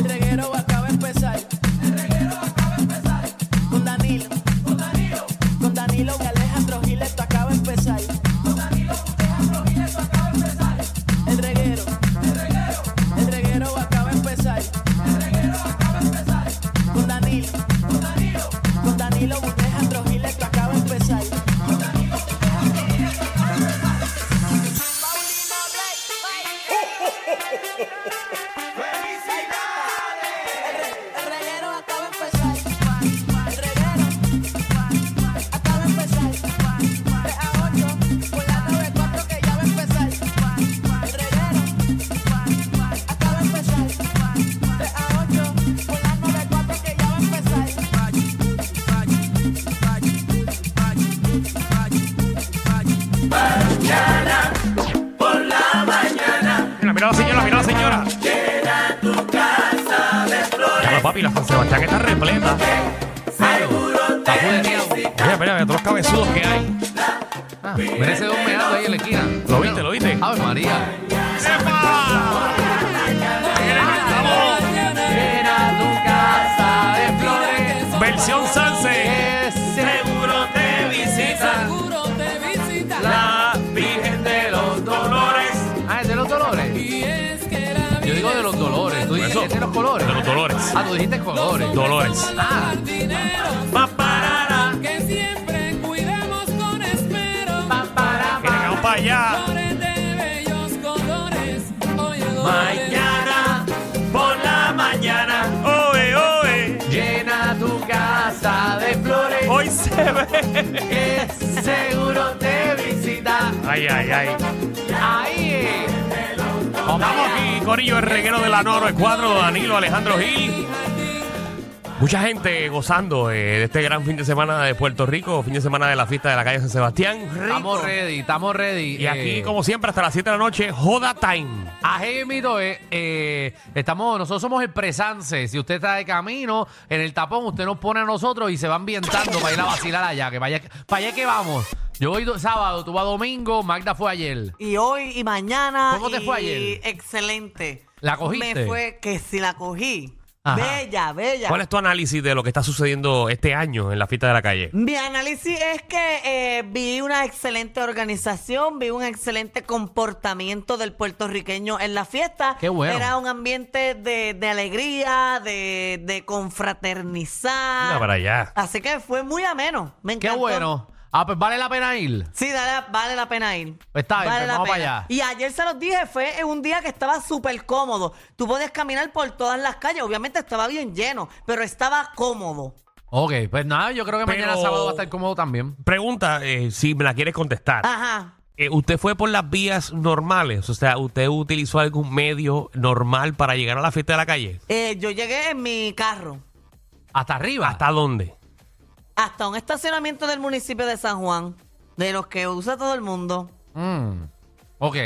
reguero, el reguero, el reguero acaba de empezar. El reguero acaba de empezar. Con Danilo, con Danilo, con Danilo y Alejandro Gil, esto acaba de empezar. Con Danilo y Alejandro Gil, esto acaba de empezar. El reguero, el reguero, el reguero acaba de empezar. El reguero acaba de empezar. Con Danilo, con Danilo, con Danilo y Alejandro Gil, esto acaba de empezar. Con Danilo y Alejandro Gil, esto acaba de empezar. Paulina Blake, Blake. El reguero acaba de empezar. El reguero acaba de empezar. 3 a 8, por la 94 que ya va a empezar. El reguero acaba de empezar. 3 a 8, por la 94 que ya va a empezar. Mira, mira la señora, mira la señora. Ya lo, papi, la San Sebastián está repleta. Está puteado. Mira, mira, mira, todos los cabezudos que hay. Ah, mira ese hombre meado ahí en la esquina. Lo viste, lo viste. Ave María. ¡Sepa! Llena tu casa de flores. Versión Sanse. Seguro te visita. Seguro te visita. La Virgen de los Dolores. Ah, es de los Dolores. Yo digo de los Dolores. Tú dices Eso. es de los colores. De los dolores. Ah, tú dijiste colores. Dolores. Ah. Paparara. Que siempre cuidamos con espero Que llegamos para allá. flores de bellos colores. Hoy llegó Mañana por la mañana. Oe, oe. Llena tu casa de flores. Hoy se ve. que seguro te visita. Ay, ay, ay. Ahí. Estamos aquí, Corillo, el reguero de la 994, Danilo Alejandro Gil. Mucha gente gozando eh, de este gran fin de semana de Puerto Rico, fin de semana de la fiesta de la calle San Sebastián. Estamos ready, estamos ready. Y aquí, Eh, como siempre, hasta las 7 de la noche, Joda Time. Ají, mito, eh, eh, estamos, nosotros somos el presance. Si usted está de camino, en el tapón, usted nos pone a nosotros y se va ambientando para ir a vacilar allá, que vaya, para allá que vamos. Yo voy do- sábado, tú vas domingo, Magda fue ayer. Y hoy y mañana. ¿Cómo te y- fue ayer? Excelente. ¿La cogiste? Me fue que si la cogí. Ajá. Bella, bella. ¿Cuál es tu análisis de lo que está sucediendo este año en la fiesta de la calle? Mi análisis es que eh, vi una excelente organización, vi un excelente comportamiento del puertorriqueño en la fiesta. Qué bueno. Era un ambiente de, de alegría, de, de confraternizar. Mira para allá. Así que fue muy ameno. Me Qué encantó. bueno. Ah, pues vale la pena ir. Sí, dale- vale la pena ir. Está bien, Vale pues la vamos pena. para allá. Y ayer se los dije, fue un día que estaba súper cómodo. Tú podías caminar por todas las calles. Obviamente estaba bien lleno, pero estaba cómodo. Ok, pues nada, yo creo que mañana Pero- sábado va a estar cómodo también. Pregunta, eh, si me la quieres contestar. Ajá. Eh, ¿Usted fue por las vías normales? O sea, ¿usted utilizó algún medio normal para llegar a la fiesta de la calle? Eh, yo llegué en mi carro Hasta arriba. ¿Hasta dónde? hasta un estacionamiento del municipio de San Juan, de los que usa todo el mundo. Mm. Ok.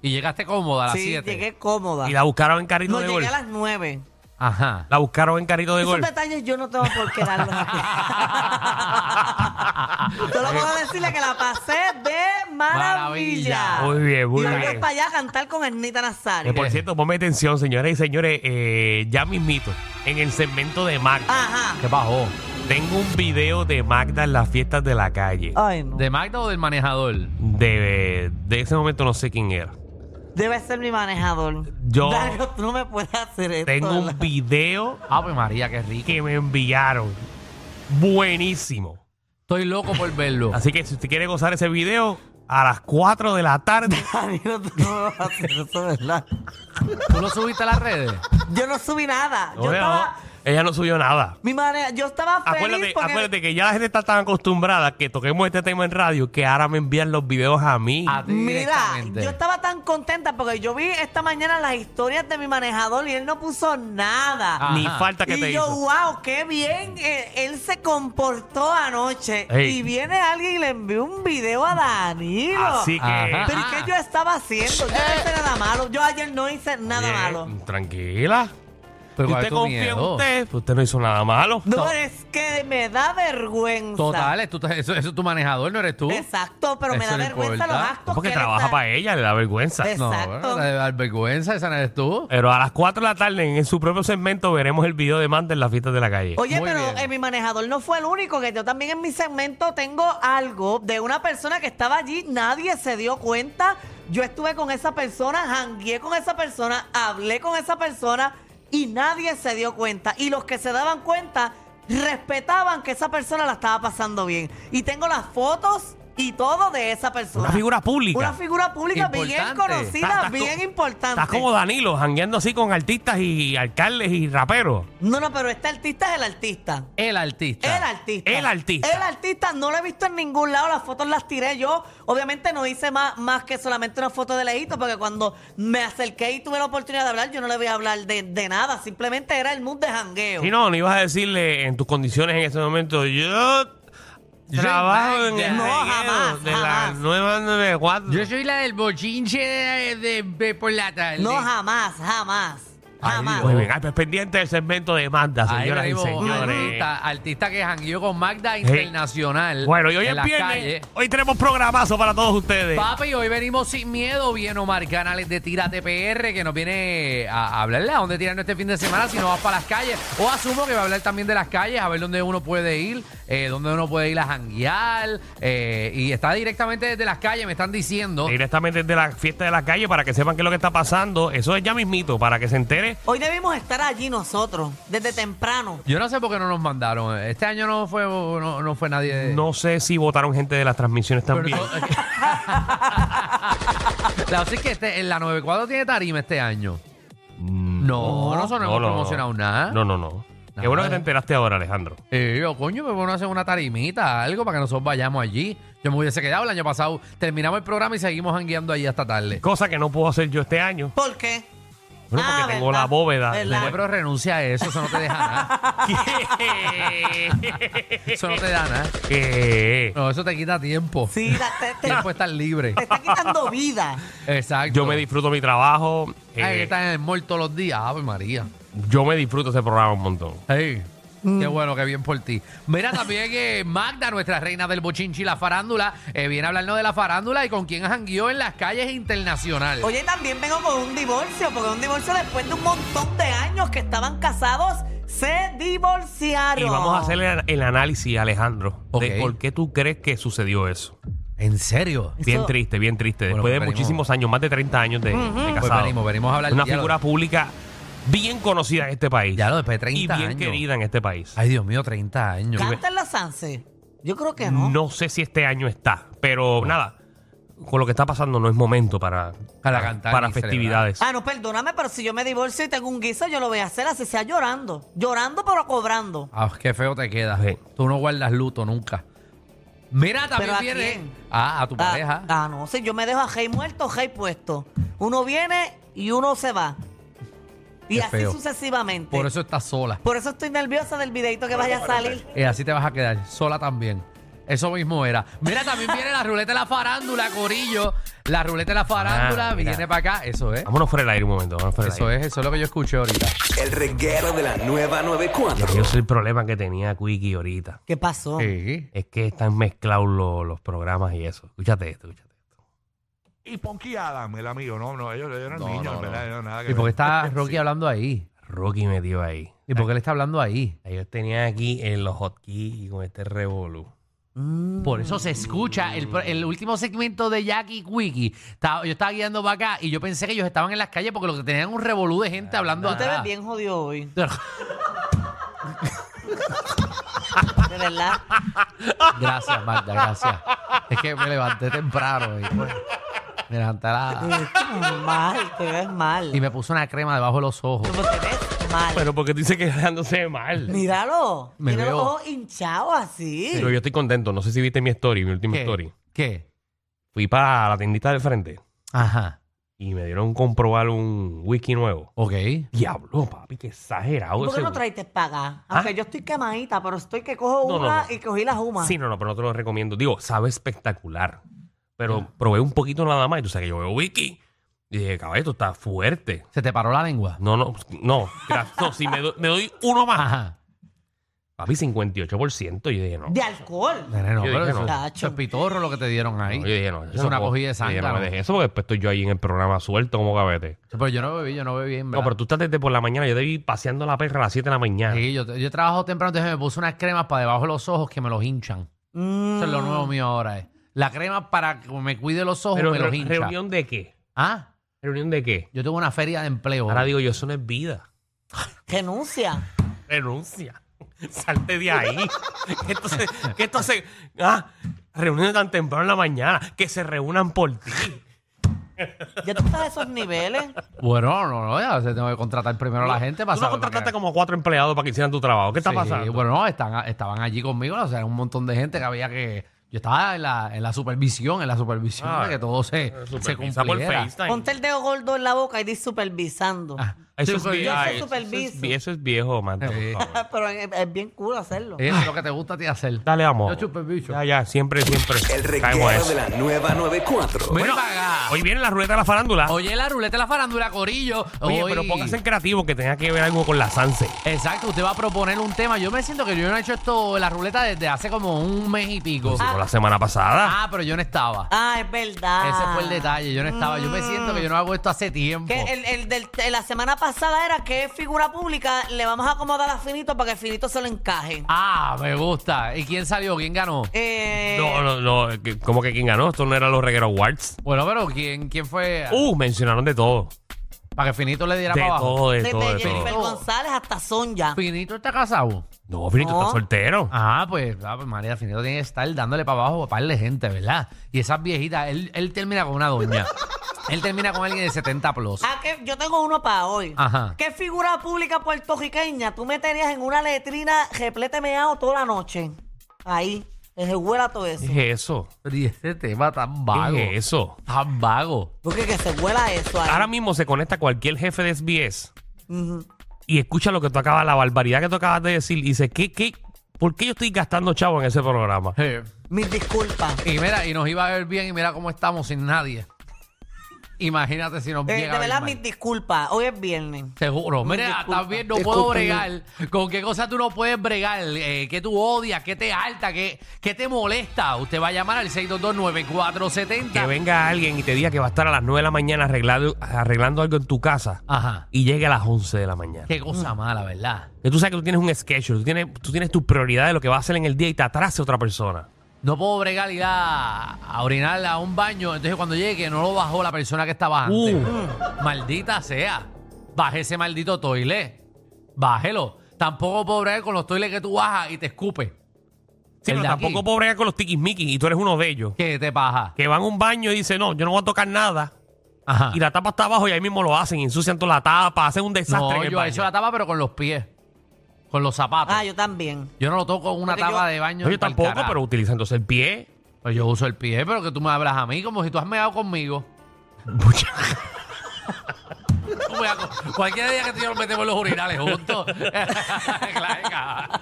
Y llegaste cómoda a las sí, 7. llegué cómoda. Y la buscaron en carrito no de llegué golf. a las nueve. Ajá. La buscaron en carrito de Esos golf. detalles yo no tengo por qué darlos aquí. Solo puedo decirle que la pasé de maravilla. Maravilla. Muy bien, muy y vamos bien. para allá a cantar con Ernita Que Nazario. por cierto, ponme atención, señoras y señores, eh, ya mismito, en el segmento de Magda. Ajá. ¿Qué bajó? Tengo un video de Magda en las fiestas de la calle. Ay, no. ¿De Magda o del manejador? De, de ese momento no sé quién era. Debe ser mi manejador. Yo- Dario, tú no me puedes hacer esto. Tengo ¿verdad? un video Ah, pues María, qué rico. que me enviaron. Buenísimo. Estoy loco por verlo. Así que si usted quiere gozar ese video, a las 4 de la tarde. Dario, tú no me vas a hacer eso, ¿verdad? ¿Tú lo subiste a las redes? Yo no subí nada. No, yo no. estaba Ella no subió nada. Mi madre, yo estaba feliz Acuérdate, porque... acuérdate que ya la gente está tan acostumbrada que toquemos este tema en radio que ahora me envían los videos a mí. A ti Mira, directamente. yo estaba tan contenta porque yo vi esta mañana las historias de mi manejador y él no puso nada. Ah, Ni ajá. falta que te Y yo, hizo. wow, qué bien. eh, Él, se comportó anoche. Ey. Y viene alguien y le envió un video a Danilo. Así que. Ajá. Pero ¿y qué yo estaba haciendo? Yo no hice nada malo. Yo ayer no hice nada Bien, malo. Tranquila. Pero Si ¿cuál es usted tu confía en miedo? usted, pues usted no hizo nada malo. No, es que me da vergüenza. Total, es tu- eso, eso es tu manejador, no eres tú. Exacto, pero me Eso da no vergüenza importa. los actos Porque que él trabaja está- para ella, le da vergüenza. Es- No, eh, Exacto. bueno, te da vergüenza, esa no eres tú. Pero a las 4 de la tarde, en su propio segmento, veremos el video de Manda en las fiestas de la calle. Oye, Muy pero bien. eh, mi manejador no fue el único, que yo también en mi segmento tengo algo de una persona que estaba allí, nadie se dio cuenta. Yo estuve con esa persona, jangué con esa persona, hablé con esa persona y nadie se dio cuenta. Y los que se daban cuenta respetaban que esa persona la estaba pasando bien. Y tengo las fotos y todo de esa persona. Una figura pública. Una figura pública bien Importante. conocida, Estás- estás bien co- importante. Estás como Danilo, jangueando así con artistas y alcaldes y raperos. No, no, pero este artista es el artista. El artista. El artista. El artista. El artista no lo he visto en ningún lado. Las fotos las tiré yo. Obviamente no hice más, más que solamente una foto de lejito, porque cuando me acerqué y tuve la oportunidad de hablar, yo no le voy a hablar de, de nada. Simplemente era el mood de jangueo. Y no, no ibas a decirle en tus condiciones en ese momento, yo Yo trabajo soy en Magda". el No, reguero jamás, de jamás. las 994. Yo soy la del bochinche de, de- de por la tarde. No, jamás, jamás. Ay, Jamás. Muy bien, ay, pues pendiente del segmento de Manda, Ahí señoras y venimos, señores. Eh, Artista, artista que jangueó con Magda Internacional. Bueno, y hoy en es las viernes, calles. hoy tenemos programazo para todos ustedes. Papi, hoy venimos sin miedo. Bien, Omar Canales de Tírate PR, que nos viene a, a hablarle a dónde tirarnos este fin de semana, si no vas para las calles. O asumo que va a hablar también de las calles, a ver dónde uno puede ir, eh, dónde uno puede ir a janguear. eh, y está directamente desde las calles, me están diciendo. Directamente de la fiesta de la calle para que sepan qué es lo que está pasando. Eso es ya mismito, para que se entere. Hoy debimos estar allí nosotros, desde temprano. Yo no sé por qué no nos mandaron. Este año no fue, no, no fue nadie. de- No sé si votaron gente de las transmisiones Pero también. todo- la cosa es que este- en la 94 tiene tarima este año. No, nosotros no, hemos promocionado nada. No, no, no. Qué Nada. bueno que te enteraste ahora, Alejandro. Eh, yo, coño, pero no hacer una tarimita, algo para que nosotros vayamos allí. Yo me hubiese quedado el año pasado. Terminamos el programa y seguimos jangueando allí hasta tarde. Cosa que no puedo hacer yo este año. ¿Por qué? Bueno, Ah, porque tengo ¿verdad? la bóveda. ¿Verdad? Pero renuncia a eso, eso no te deja nada. Eso no te da nada. Eh, No, eso te quita tiempo. Sí, la- te, te- Tiempo de estar libre. te está quitando vida. Exacto. Yo me disfruto mi trabajo. eh, Ay, que estás en el mall todos los días. Ave María. yo me disfruto ese programa un montón. Ey, Mm. Qué bueno, qué bien por ti. Mira también que Magda, nuestra reina del bochinchi y la farándula, eh, viene a hablarnos de la farándula y con quien jangueó en las calles internacionales. Oye, también vengo con un divorcio, porque un divorcio después de un montón de años que estaban casados, se divorciaron. Y vamos a hacer el, el análisis, Alejandro, Ok. de por qué tú crees que sucedió eso. ¿En serio? Bien Eso- triste, bien triste. Bueno, Después de pues venimos. muchísimos años, más de 30 años de, de Pues casado. venimos, venimos a hablar Una ya lo- figura pública bien conocida en este país. Ya lo después de y 30 bien años. querida en este país. Ay, Dios mío, 30 años. ¿Canta en la Sanse? Yo creo que no. no. sé si este año está, pero nada, con lo que está pasando no es momento para, Para cantar para ni festividades. Ah, no, perdóname, pero si yo me divorcio y tengo un guiso, yo lo voy a hacer así sea llorando. Llorando, pero cobrando. Ah, qué feo te quedas. Sí. Tú no guardas luto nunca. Mira, también ¿Pero a viene. quién? Ah, a tu pareja. Ah, ah, no, si yo me dejo a Jay muerto, Jay puesto. Uno viene y uno se va. Y Qué así feo. sucesivamente. Por eso estás sola. Por eso estoy nerviosa del videito que vaya a salir. Y así te vas a quedar sola también. Eso mismo era. Mira, también viene la ruleta de la farándula, Corillo. La ruleta de la farándula Ah, mira. viene para acá. Eso es. Vámonos fuera del aire un momento. Vámonos fuera del Eso aire. es, eso es lo que yo escuché ahorita. El reguero de la nueva 94. Yo sé el problema que tenía Quickie ahorita. ¿Qué pasó? Sí. Es que están mezclados lo- los programas y eso. Escúchate esto, escúchate esto. Y Ponky Adam, el amigo, no, no, ellos, ellos eran No, niños, no, ¿verdad? no. Ellos nada que ¿Y por qué ver. está Rocky hablando ahí? Rocky metió ahí. ¿Y por qué le está hablando ahí? Ellos tenían aquí en los hotkeys y con este revolú. Por eso se escucha el, pro- el último segmento de Jackie Quickie. Estaba- yo estaba guiando para acá y yo pensé que ellos estaban en las calles porque lo que tenían era un revolú de gente hablando Tú Ah, te acá. ves bien jodido hoy, de verdad. Gracias, Magda, gracias. Es que me levanté temprano. y- pues, Me levantará. Eres mal, te ves mal. Ah. Y me puso una crema debajo de los ojos. Pero te ves mal. Pero porque dice que dejándose mal. Míralo. Me Tiene veo. los ojos hinchados así. Pero yo estoy contento. No sé si viste mi story, mi última story. ¿Qué? ¿Qué? Fui para la tiendita del frente Ajá. y me dieron comprobar un whisky nuevo. Ok. Diablo, papi, qué exagerado. ¿Por qué ese no whisky. traiste paga? Aunque yo estoy quemadita, pero estoy que cojo ¿Ah? No, no, una no. y cogí la juma. Sí, no, no, pero no te lo recomiendo. Digo, sabe espectacular. Pero probé un poquito nada más y tú sabes que yo veo whisky. Y dije, caballo, esto está fuerte. ¿Se te paró la lengua? No, no, no. gra- no si me, do- me doy uno más. Ajá. Papi, 58%. Y yo dije, no. De alcohol. Nene, no, Yo pero dije eso, no. eso es pitorro lo que te dieron ahí. No, yo dije, no. es una cogida de sangre. sangre. No me dejes eso porque después estoy yo ahí en el programa suelto como cabete. Pero yo no bebí, yo no bebí. En No, pero tú estás desde por la mañana. Yo te vi paseando la perra a las 7 de la mañana. Sí, yo, yo trabajo temprano, entonces me puse unas cremas para debajo de los ojos que me los hinchan. Eso es lo nuevo mío ahora. eh. La crema para que me cuide los ojos Mm. Pero me re- los hincha. ¿reunión de qué? Ah, ¿Reunión de qué? yo tengo una feria de empleo. Ahora digo yo, eso no es vida. Renuncia. Renuncia. Salte de ahí. que esto se... Que esto se ah, reuniones tan temprano en la mañana. Que se reúnan por ti. Ya tú estás a esos niveles. Bueno, no, no, ya se tengo que contratar primero a la gente para Tú no saber- contrataste como cuatro empleados para que hicieran tu trabajo. ¿Qué está Sí, pasando? Bueno, no, están, estaban allí conmigo, o sea, era un montón de gente que había que... Yo estaba en la, en la supervisión, en la supervisión Ah, de que todo se, se Supervisa por cumpliera. FaceTime. Ponte el dedo gordo en la boca y di supervisando. Ah, Eso, sí, es, porque vie- yo- ah, eso eso es superviso. vie- eso es viejo, man. por Sí. favor. Ah, Pero es, es bien cool hacerlo. Eh. es lo que te gusta a ti hacer. Dale, amor. Yo chupo el bicho. Ya, ya, siempre, siempre. El Caemos a reguero eso. de la nueva 94. Ven para acá. Hoy viene la ruleta de la farándula. Oye, la ruleta de la farándula, Corillo. Oye, Hoy- pero póngase en creativo que tenga que ver algo con la Sanse. Exacto, usted va a proponer un tema. Yo me siento que yo no he hecho esto en la ruleta desde hace como un mes y pico. Pues Como la semana pasada. Ah, pero yo no estaba. Ah, es verdad. Ese fue el detalle, yo no estaba. Yo me siento que yo no hago esto hace tiempo. Que el, el del- de la semana pasada era que figura pública le vamos a acomodar a Finito para que Finito se lo encaje. Ah, me gusta. ¿Y quién salió? ¿Quién ganó? Eh, No, no, no. que- ¿Cómo que quién ganó? Esto no eran los regueros Awards. Bueno, pero ¿quién, quién fue? Uh, mencionaron de todo. Para que Finito le diera De para abajo. todo, de desde todo, de Jennifer todo. González hasta Sonja. Finito está casado. No, Finito, No. está soltero. Ah, pues, ah, pues, María, Finito tiene que estar dándole para abajo a par de gente, ¿verdad? Y esas viejitas, él, él termina con una doña. él termina con alguien de 70 plus. Ah, que yo tengo uno para hoy. Ajá. ¿Qué figura pública puertorriqueña tú meterías en una letrina replete meado toda la noche? Ahí, les huela todo eso. ¿Qué es eso? Pero y ese tema tan vago. ¿Qué es eso? Tan vago. Porque que se huela eso ahí. Ahora mismo se conecta cualquier jefe de SBS y escucha lo que tú acabas, la barbaridad que tú acabas de decir y dice, ¿qué, qué? ¿Por qué yo estoy gastando chavo en ese programa? Eh, Mis disculpas. Y mira, y nos iba a ver bien y mira cómo estamos sin nadie. Imagínate si nos Eh, llega de a ver verdad, mal. mis disculpas. Hoy es viernes. Seguro. Mira, disculpa, también no disculpa, puedo no. bregar. ¿Con qué cosa tú no puedes bregar? Eh, ¿Qué tú odias? ¿Qué te harta? ¿Qué, qué te molesta? Usted va a llamar al Que 6229470. venga alguien y te diga que va a estar a las 9 de la mañana arreglado- arreglando algo en tu casa Ajá. y llegue a las 11 de la mañana. Qué cosa mala, ¿verdad? Que tú sabes que tú tienes un schedule, tú tienes, tú tienes tu prioridad de lo que vas a hacer en el día y te atrase otra persona. No puedo bregar ir a, a orinar a un baño. Entonces, cuando llegue, no lo bajó la persona que estaba antes. Uh. Maldita sea. Baje ese maldito toile. Bájelo. Tampoco puedo bregar con los toiles que tú bajas y te escupe. Sí, El pero de aquí. tampoco puedo bregar con los tiquismiquis y tú eres uno de ellos. ¿Qué te paja? Que van a un baño y dicen, no, yo no voy a tocar nada. Ajá. Y la tapa está abajo y ahí mismo lo hacen, ensucian toda la tapa, hacen un desastre no, en el yo he baño. hecho la tapa, pero con los pies. Con los zapatos. Ah, yo también. yo no lo toco con una Porque tapa yo- de baño. No, ni yo pa'l tampoco, carajo. pero utilizan entonces el pie. Pues yo uso el pie, pero que tú me hablas a mí como si tú has meado conmigo. Tú me hago- Cualquier día que tú y yo nos metemos en los urinales juntos. Claro.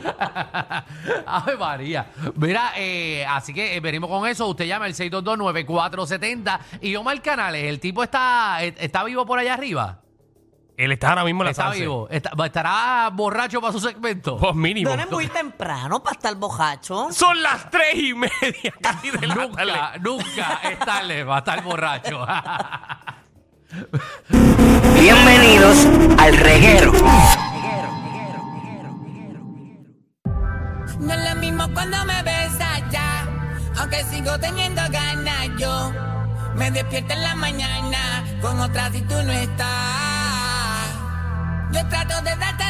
Ave María. Mira, eh, así que eh, venimos con eso. Usted llama el 622-9470. Y Omar Canales, ¿el tipo está, eh, está vivo por allá arriba? Él está ahora mismo en la ¿Está Sanse. vivo? Está- ¿Estará borracho para su segmento? Pues mínimo. Duermen muy temprano para estar bojacho. Son las tres y media casi de la tarde. Nunca, nunca es tarde va a estar borracho. Bienvenidos al reguero. No es lo mismo cuando me besas ya, aunque sigo teniendo ganas yo. Me despierto en la mañana con otra si tú no estás. Yo trato de darte